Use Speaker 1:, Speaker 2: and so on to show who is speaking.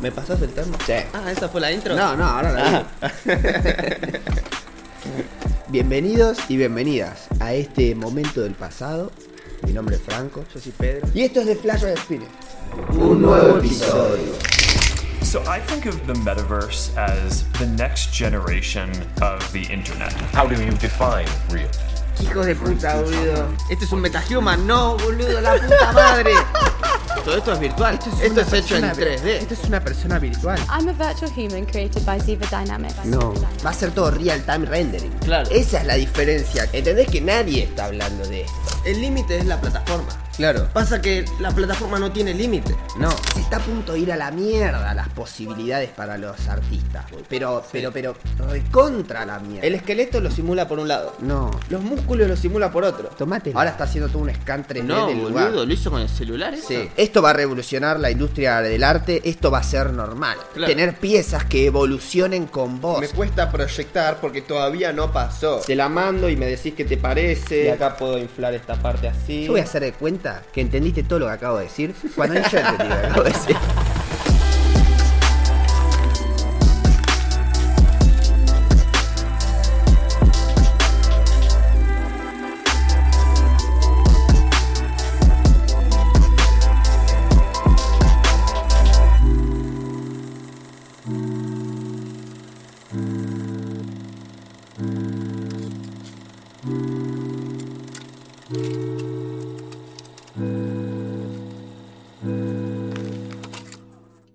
Speaker 1: ¿Me pasas el tema?
Speaker 2: Sí.
Speaker 1: Ah, esa fue la intro.
Speaker 2: No, no, ahora la
Speaker 1: Ah.
Speaker 2: digo. Bienvenidos y bienvenidas a este momento del pasado. Mi nombre es Franco.
Speaker 1: Yo soy Pedro.
Speaker 2: Y esto es de Flash of Spirit.
Speaker 1: Un nuevo episodio.
Speaker 3: So I think of the metaverse as the next generation of the internet.
Speaker 4: How do you define real?
Speaker 1: Hijos de puta, boludo. Este es un metahuman, no, boludo, la puta madre. Todo esto es virtual. Esto es,
Speaker 5: una
Speaker 1: hecho en
Speaker 5: persona vi-
Speaker 1: 3D.
Speaker 5: Esto es una persona virtual.
Speaker 6: I'm a virtual human created by Ziva Dynamics.
Speaker 2: No, va a ser todo real time rendering.
Speaker 1: Claro.
Speaker 2: Esa es la diferencia. ¿Entendés que nadie está hablando de esto?
Speaker 1: El límite es la plataforma.
Speaker 2: Claro.
Speaker 1: Pasa que la plataforma no tiene límite.
Speaker 2: No, se está a punto de ir a la mierda las posibilidades para los artistas. güey. Pero, pero, pero, recontra la mierda.
Speaker 1: El esqueleto lo simula por un lado.
Speaker 2: No,
Speaker 1: Los músculos lo simula por otro.
Speaker 2: tomate. Ahora está haciendo todo un scan 3D del lugar.
Speaker 1: hizo con el celular eso?
Speaker 2: Sí. Esto va a revolucionar la industria del arte, esto va a ser normal.
Speaker 1: Claro.
Speaker 2: Tener piezas que evolucionen con vos.
Speaker 5: Me cuesta proyectar porque todavía no pasó.
Speaker 1: Te la mando y me decís qué te parece. Y acá puedo inflar esta parte así.
Speaker 2: Yo voy a hacer de cuenta que entendiste todo lo que acabo de decir cuando ni yo entendí lo que acabo de decir.